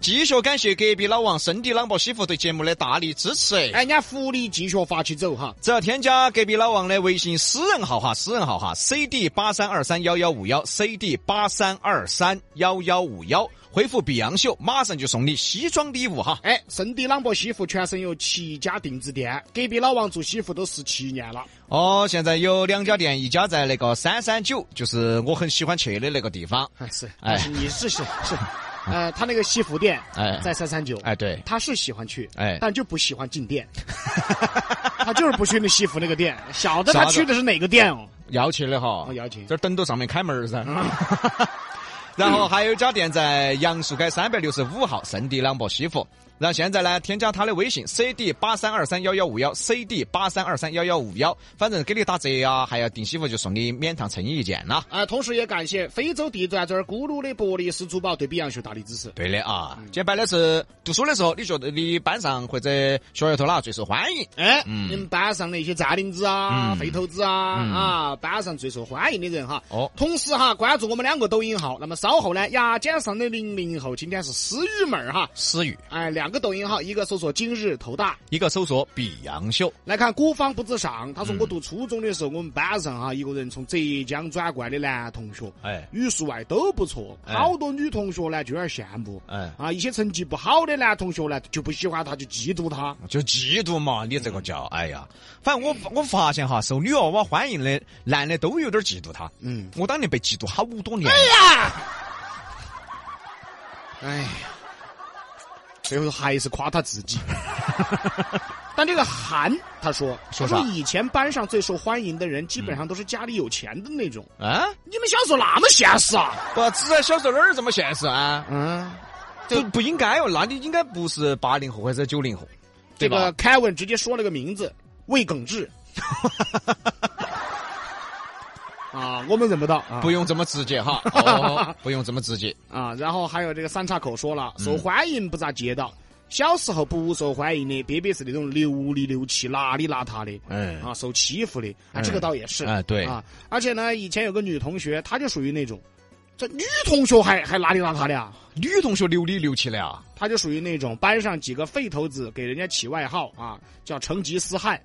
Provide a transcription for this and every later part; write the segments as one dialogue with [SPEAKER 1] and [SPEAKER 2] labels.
[SPEAKER 1] 继续感谢隔壁老王圣地朗博西湖对节目的大力支持。
[SPEAKER 2] 哎，人家福利继续发起走哈。
[SPEAKER 1] 只要添加隔壁老王的微信私人号哈，私人号哈，cd 八三二三幺幺五幺，cd 八三二三幺幺五幺，回复“碧昂秀”，马上就送你西装礼物哈。
[SPEAKER 2] 哎，圣地朗博西湖全省有七家定制店，隔壁老王住西湖都十七年了。
[SPEAKER 1] 哦，现在有两家店，一家在那个三三九，就是我很喜欢去的那个地方。
[SPEAKER 2] 哎是，
[SPEAKER 1] 哎
[SPEAKER 2] 哎，你是是是，呃，他那个西服店，
[SPEAKER 1] 哎
[SPEAKER 2] 在三三九，
[SPEAKER 1] 哎，对，
[SPEAKER 2] 他是喜欢去，
[SPEAKER 1] 哎
[SPEAKER 2] 但就不喜欢进 店，他就是不去那西服那个店，晓得
[SPEAKER 1] 晓
[SPEAKER 2] 他
[SPEAKER 1] 得
[SPEAKER 2] 去的是哪个店哦？
[SPEAKER 1] 要去的哈
[SPEAKER 2] 哦，要去
[SPEAKER 1] 这儿等到上面开门儿噻。 然后还有一家店在杨树街三百六十五号圣地朗博西湖。然后现在呢，添加他的微信 cd 八三二三幺幺五幺 cd 八三二三幺幺五幺，反正给你打折啊，还要订西服就送你免烫衬衣一件啦。
[SPEAKER 2] 啊，同时也感谢非洲地段这儿咕噜的伯利斯珠宝对比洋秀大力支持。
[SPEAKER 1] 对的啊，简白的是读书的时候，你觉得你班上或者学校头哪最受欢迎？
[SPEAKER 2] 哎，
[SPEAKER 1] 嗯
[SPEAKER 2] 你们班上的一些占领子啊、
[SPEAKER 1] 嗯
[SPEAKER 2] 肥头子啊、
[SPEAKER 1] 嗯
[SPEAKER 2] 啊，班上最受欢迎的人哈。
[SPEAKER 1] 哦
[SPEAKER 2] 同时哈，关注我们两个抖音号。那么稍后呢，牙尖上的零零后今天是思雨妹儿哈，
[SPEAKER 1] 思雨，
[SPEAKER 2] 哎，两个抖音号，一个搜索今日头大，
[SPEAKER 1] 一个搜索比洋秀，
[SPEAKER 2] 来看孤芳不自赏。他说我读初中的时候，我们班上哈一个人从浙江转过来的男同学，
[SPEAKER 1] 哎
[SPEAKER 2] 语数外都不错，
[SPEAKER 1] 哎
[SPEAKER 2] 好多女同学呢就有点羡慕。
[SPEAKER 1] 哎，
[SPEAKER 2] 啊，一些成绩不好的男同学呢，就不喜欢他，就嫉妒他。
[SPEAKER 1] 就嫉妒嘛，你这个叫，
[SPEAKER 2] 嗯
[SPEAKER 1] 哎呀，反正我我发现哈，受女娃娃欢迎的男的都有点嫉妒她。
[SPEAKER 2] 嗯，
[SPEAKER 1] 我当年被嫉妒好多年。
[SPEAKER 2] 哎呀，最后还是夸他自 己。但这个韩他说，
[SPEAKER 1] 说
[SPEAKER 2] 他
[SPEAKER 1] 啥
[SPEAKER 2] 说以前班上最受欢迎的人，基本上都是家里有钱的那种。
[SPEAKER 1] 啊，
[SPEAKER 2] 你们小时候那么现实啊？
[SPEAKER 1] 不，这小时候哪儿这么现实啊？
[SPEAKER 2] 嗯，
[SPEAKER 1] 不不应该哦，那你应该不是八零后或者九零后，
[SPEAKER 2] 这
[SPEAKER 1] 对
[SPEAKER 2] 个
[SPEAKER 1] 吧？
[SPEAKER 2] 凯文直接说了个名字，魏耿 志。啊，我们认不到啊，
[SPEAKER 1] 不用这么直接 哈，哦，不用这么直接。
[SPEAKER 2] 啊，然后还有这个三岔口说了，受欢迎不咋街道，小时候不受欢迎的，别别是那种流里流气、邋里邋遢的，
[SPEAKER 1] 嗯
[SPEAKER 2] 啊，受欺负的，啊，
[SPEAKER 1] 嗯
[SPEAKER 2] 这个倒也是，
[SPEAKER 1] 啊对
[SPEAKER 2] 啊，而且呢，以前有个女同学，她就属于那种，这女同学还还邋里邋遢的啊，
[SPEAKER 1] 女同学流里流气的啊，
[SPEAKER 2] 她就属于那种班上几个废头子给人家起外号啊，叫成吉思汗。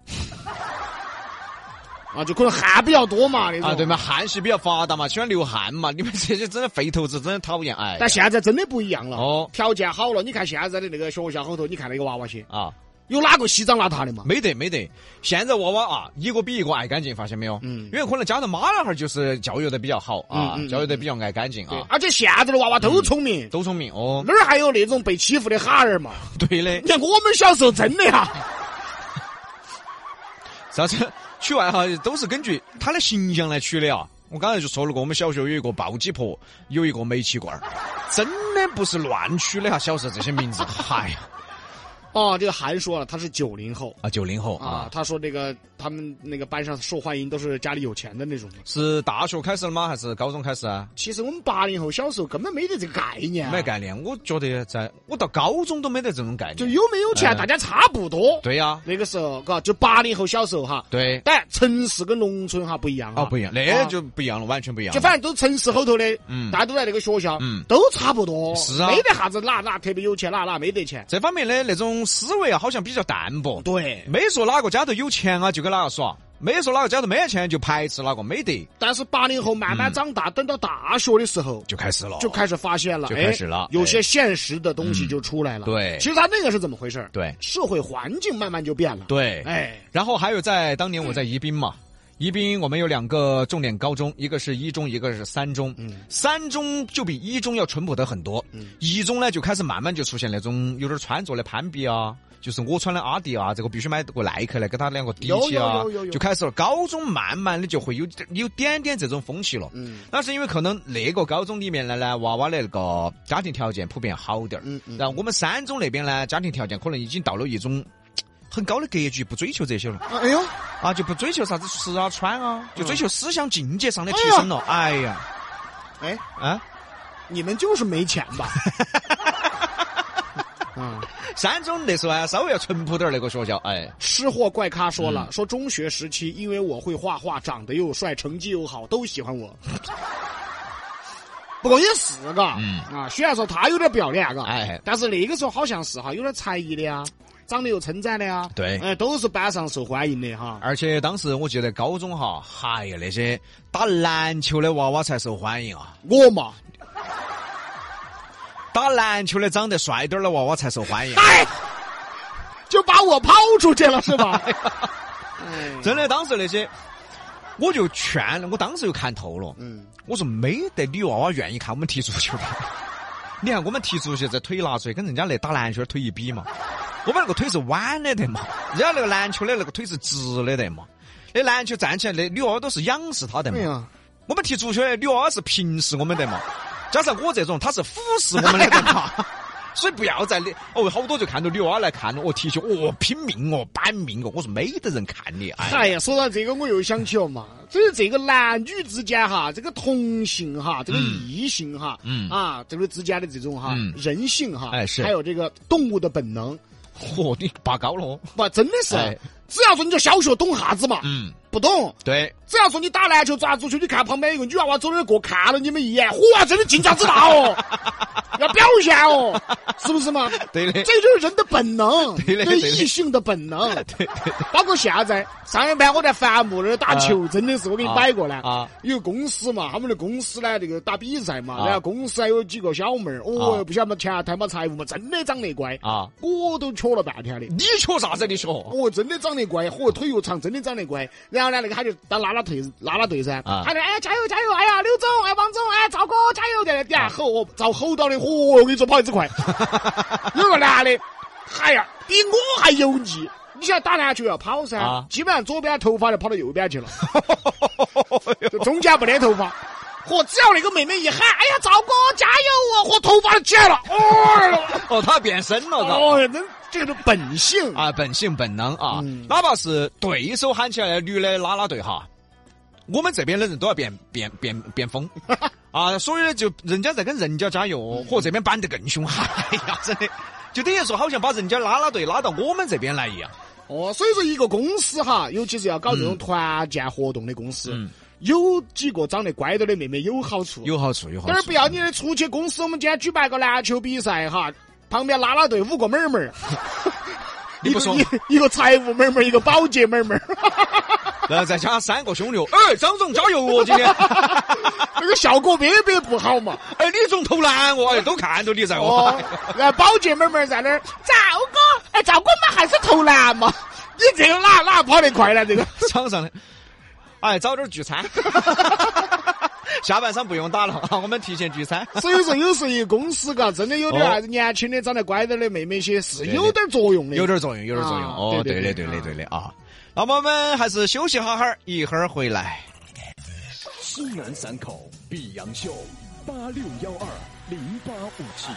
[SPEAKER 2] 啊，就可能汗比较多嘛，那种
[SPEAKER 1] 啊对嘛，？汗系比较发达嘛，喜欢流汗嘛。你们这些真的肥头子，真的讨厌哎呀。
[SPEAKER 2] 但现在真的不一样了，
[SPEAKER 1] 哦
[SPEAKER 2] 条件好了，你看现在的那个学校后头，你看那个娃娃些，
[SPEAKER 1] 啊，
[SPEAKER 2] 有哪个西装邋遢的嘛？
[SPEAKER 1] 没得没得，现在娃娃啊，一个比一个爱干净，发现没有？
[SPEAKER 2] 嗯
[SPEAKER 1] 因为可能家头妈老汉儿就是教育的比较好啊，
[SPEAKER 2] 嗯嗯嗯
[SPEAKER 1] 教育的比较爱干净
[SPEAKER 2] 对
[SPEAKER 1] 啊，，
[SPEAKER 2] 而且现在的娃娃都聪明，
[SPEAKER 1] 都聪明哦。
[SPEAKER 2] 哪儿还有那种被欺负的哈儿嘛？
[SPEAKER 1] 对的
[SPEAKER 2] 你，看我们小时候真的啊呀，
[SPEAKER 1] 啥子取外号都是根据他的形象来取的啊。我刚才就说了过，我们小学有一个暴击婆，有一个煤气罐儿，真的不是乱取的哈。啊小时候这些名字，嗨 呀
[SPEAKER 2] 哦，这个韩说了，他是九零后
[SPEAKER 1] 啊，九零后
[SPEAKER 2] 啊
[SPEAKER 1] 啊，，
[SPEAKER 2] 他说这个他们那个班上受欢迎都是家里有钱的那种嘛。
[SPEAKER 1] 是大学开始了吗？还是高中开始啊？
[SPEAKER 2] 其实我们八零后小时候根本没得这个概念啊，
[SPEAKER 1] 没概念，我觉得在我到高中都没得这种概
[SPEAKER 2] 就
[SPEAKER 1] 念。
[SPEAKER 2] 有没有钱
[SPEAKER 1] 嗯
[SPEAKER 2] 大家差不多。
[SPEAKER 1] 对呀，
[SPEAKER 2] 那个时候，嘎，就八零后小时候哈，
[SPEAKER 1] 对，
[SPEAKER 2] 但城市跟农村哈不一样
[SPEAKER 1] 哦，
[SPEAKER 2] 啊，
[SPEAKER 1] 不一样，那就不一样了，完全不一样了。
[SPEAKER 2] 就反正都城市后头的，
[SPEAKER 1] 嗯
[SPEAKER 2] 大家都在那个学校，
[SPEAKER 1] 嗯
[SPEAKER 2] 都差不多，
[SPEAKER 1] 是啊
[SPEAKER 2] 没得啥子哪哪特别有钱，哪哪没得钱，
[SPEAKER 1] 这方面的那种思维啊，好像比较淡薄。
[SPEAKER 2] 对。
[SPEAKER 1] 没说哪个家头有钱啊就跟哪个耍，没说哪个家头没钱就排斥哪个，没得
[SPEAKER 2] 但是八零后慢
[SPEAKER 1] 嗯
[SPEAKER 2] 慢长大，等到大学的时候。
[SPEAKER 1] 就开始了。
[SPEAKER 2] 就开始发现了，
[SPEAKER 1] 就开始了
[SPEAKER 2] 哎
[SPEAKER 1] 哎嗯
[SPEAKER 2] 有些现实的东西就出来了。
[SPEAKER 1] 对
[SPEAKER 2] 其实他那个是怎么回事？，
[SPEAKER 1] 对
[SPEAKER 2] 社会环境慢慢就变了。，
[SPEAKER 1] 对，
[SPEAKER 2] 哎，
[SPEAKER 1] 然后还有在当
[SPEAKER 2] 嗯
[SPEAKER 1] 年我在宜宾嘛，宜宾我们有两个重点高中，一个是一中，一个是三中。
[SPEAKER 2] 嗯
[SPEAKER 1] 三中就比一中要淳朴的很多
[SPEAKER 2] 嗯，
[SPEAKER 1] 一中呢就开始慢慢就出现那种有点穿着的攀比啊。就是我穿的阿迪啊，这个必须买个耐克来给他两个底气啊
[SPEAKER 2] 有有有有有，
[SPEAKER 1] 就开始了。高中慢慢的就会有点有点点这种风气了。
[SPEAKER 2] 嗯
[SPEAKER 1] 那是因为可能那个高中里面呢，呢娃娃的那个家庭条件普遍好点儿，
[SPEAKER 2] 嗯嗯，
[SPEAKER 1] 然后我们三中那边呢，家庭条件可能已经到了一种很高的格局，不追求这些了
[SPEAKER 2] 哎呦，
[SPEAKER 1] 啊，就不追求啥子吃啊穿啊，就追求思想境界上的提升了。哎呀，
[SPEAKER 2] 哎，
[SPEAKER 1] 啊，
[SPEAKER 2] 你们就是没钱 吧？嗯，
[SPEAKER 1] 三中那时候啊，稍微要淳朴点儿那个学校，哎，
[SPEAKER 2] 吃货怪咖说
[SPEAKER 1] 嗯
[SPEAKER 2] 了，说中学时期 因为我会画画，长得又帅，成绩又好，都喜欢我。不过也是嘎，
[SPEAKER 1] 嗯
[SPEAKER 2] 啊，虽然说他有点不要脸嘎，
[SPEAKER 1] 哎
[SPEAKER 2] 但是那个时候好像是哈，有点才艺的呀，长得又称赞的呀，
[SPEAKER 1] 对
[SPEAKER 2] 哎，都是班上受欢迎的哈。
[SPEAKER 1] 而且当时我记得高中哈，嗨呀，那些打篮球的娃娃才受欢迎啊，
[SPEAKER 2] 我嘛，
[SPEAKER 1] 打篮球的长得帅点儿的娃娃才受欢迎。啊
[SPEAKER 2] 哎，就把我抛出去了 是吧？哎
[SPEAKER 1] 真的，当时那些，我就劝了，我当时就看透了。
[SPEAKER 2] 嗯，
[SPEAKER 1] 我说没得女娃娃愿意看我们踢足球吧？ 你看我们踢足球这腿拿出来，跟人家那打篮球的腿一比嘛，我们那个腿是弯的得嘛，人家那个篮球的那个腿是直的得嘛。那篮球站起来，那女娃娃都是仰视他的
[SPEAKER 2] 哎
[SPEAKER 1] 嘛。
[SPEAKER 2] 呀，
[SPEAKER 1] 我们踢足球的女娃娃是平视我们的嘛，加上我这种，她是俯视我们的的 嘛。所以不要再那哦，好多就看到女娃娃来看我踢球，哦，拼命哦，扳命哦，我说没得人看你，哎。
[SPEAKER 2] 哎呀，说到这个我又想起了嘛，所以这个男女之间哈，这个同性哈，这个异性哈，
[SPEAKER 1] 嗯
[SPEAKER 2] 啊，这个之间的这种哈、
[SPEAKER 1] 嗯
[SPEAKER 2] 人性哈，
[SPEAKER 1] 哎是
[SPEAKER 2] 还有这个动物的本能，
[SPEAKER 1] 嚯、你拔高了哦。
[SPEAKER 2] 不真的是，
[SPEAKER 1] 哎
[SPEAKER 2] 只要说你这小学懂啥子嘛，
[SPEAKER 1] 嗯，
[SPEAKER 2] 不懂。
[SPEAKER 1] 对，
[SPEAKER 2] 只要说你打篮球、抓足球，你看旁边有个女娃娃走那儿过，看了你们一眼，嚯，真的劲炸子大 哦，要表现哦，是不是嘛？
[SPEAKER 1] 对 的，
[SPEAKER 2] 这就是人的本能，
[SPEAKER 1] 对嘞对嘞
[SPEAKER 2] 异性的本能。
[SPEAKER 1] 对对
[SPEAKER 2] 包括现在上一班我在伐木那儿打球，真的是我给你摆过呢。
[SPEAKER 1] 啊，
[SPEAKER 2] 有个公司嘛，他们的公司呢，这个打比赛嘛，
[SPEAKER 1] 啊
[SPEAKER 2] 然后公司还有几个小妹儿，哦，
[SPEAKER 1] 啊
[SPEAKER 2] 不晓得嘛前台嘛财务嘛，真的长得乖
[SPEAKER 1] 啊，
[SPEAKER 2] 我都瞧了半天的。
[SPEAKER 1] 你学啥子？你学？
[SPEAKER 2] 哦，真的长得乖，嚯，腿又长，真的长得乖。然后呢，那个他就当啦啦队，啦啦队噻，
[SPEAKER 1] 啊
[SPEAKER 2] 他就哎呀加油加油，哎呀刘总，哎王总，哎赵哥加油，
[SPEAKER 1] 啊
[SPEAKER 2] 在那底下吼，哦遭吼到的，嚯，我跟你说跑得 之快。有个男的，哎呀，比我还油腻。你想打篮球要跑噻，
[SPEAKER 1] 啊
[SPEAKER 2] 基本上左边头发就跑到右边去了，就中间没得头发。 嚯，只要那个妹妹一喊，哎呀赵哥加油哦，嚯头发就起来了， 哦，
[SPEAKER 1] 哦，他变身了，嘎。
[SPEAKER 2] 哦，真这个是本性
[SPEAKER 1] 啊，本性本能啊，
[SPEAKER 2] 嗯
[SPEAKER 1] 哪怕是对手喊起来的女的啦啦队哈，我们这边的人都要变变变变 疯啊，所以呢，就人家在跟人家加
[SPEAKER 2] 嗯
[SPEAKER 1] 油，嚯，这边扳得更凶， 哎呀，真的，就等于说好像把人家啦啦队拉到我们这边来一样，
[SPEAKER 2] 哦，所以说一个公司哈，尤其是要搞这种团建活动的公司，
[SPEAKER 1] 嗯
[SPEAKER 2] 有几个长得乖点的妹妹有好处。
[SPEAKER 1] 有好处，有好
[SPEAKER 2] 点儿
[SPEAKER 1] 处
[SPEAKER 2] 不。要你的，出去公司我们今天举办个篮球比赛哈，旁边拉拉队五个妹儿妹儿，
[SPEAKER 1] 你
[SPEAKER 2] 一
[SPEAKER 1] 不
[SPEAKER 2] 个
[SPEAKER 1] 说
[SPEAKER 2] 一一个财务妹儿妹儿，一个保洁妹儿妹 儿，
[SPEAKER 1] 然后再加上三个兄弟，哎，张总加油哦，今天。
[SPEAKER 2] 那个效果别别不好嘛。
[SPEAKER 1] 哎，你总投篮我，哎，都看到你在
[SPEAKER 2] 哦，然后保洁妹儿妹儿在那儿，赵哥，哎，赵哥们还是投篮嘛。你这个哪哪跑得快呢？这个，
[SPEAKER 1] 场上的。哎，早点聚餐，下半场不用打了，我们提前聚餐。
[SPEAKER 2] 所以说有时候一个公司嘎，真的有
[SPEAKER 1] 哦
[SPEAKER 2] 点啥子年轻的长得乖点儿的妹妹些是有点作用的。
[SPEAKER 1] 有点作用，有点作用。
[SPEAKER 2] 啊
[SPEAKER 1] 哦，
[SPEAKER 2] 对
[SPEAKER 1] 对的，
[SPEAKER 2] 对
[SPEAKER 1] 对
[SPEAKER 2] 对啊
[SPEAKER 1] 的，对的啊。那么我们还是休息哈哈儿，一会儿回来。
[SPEAKER 3] 西南散口碧阳秀八六幺二零八五七。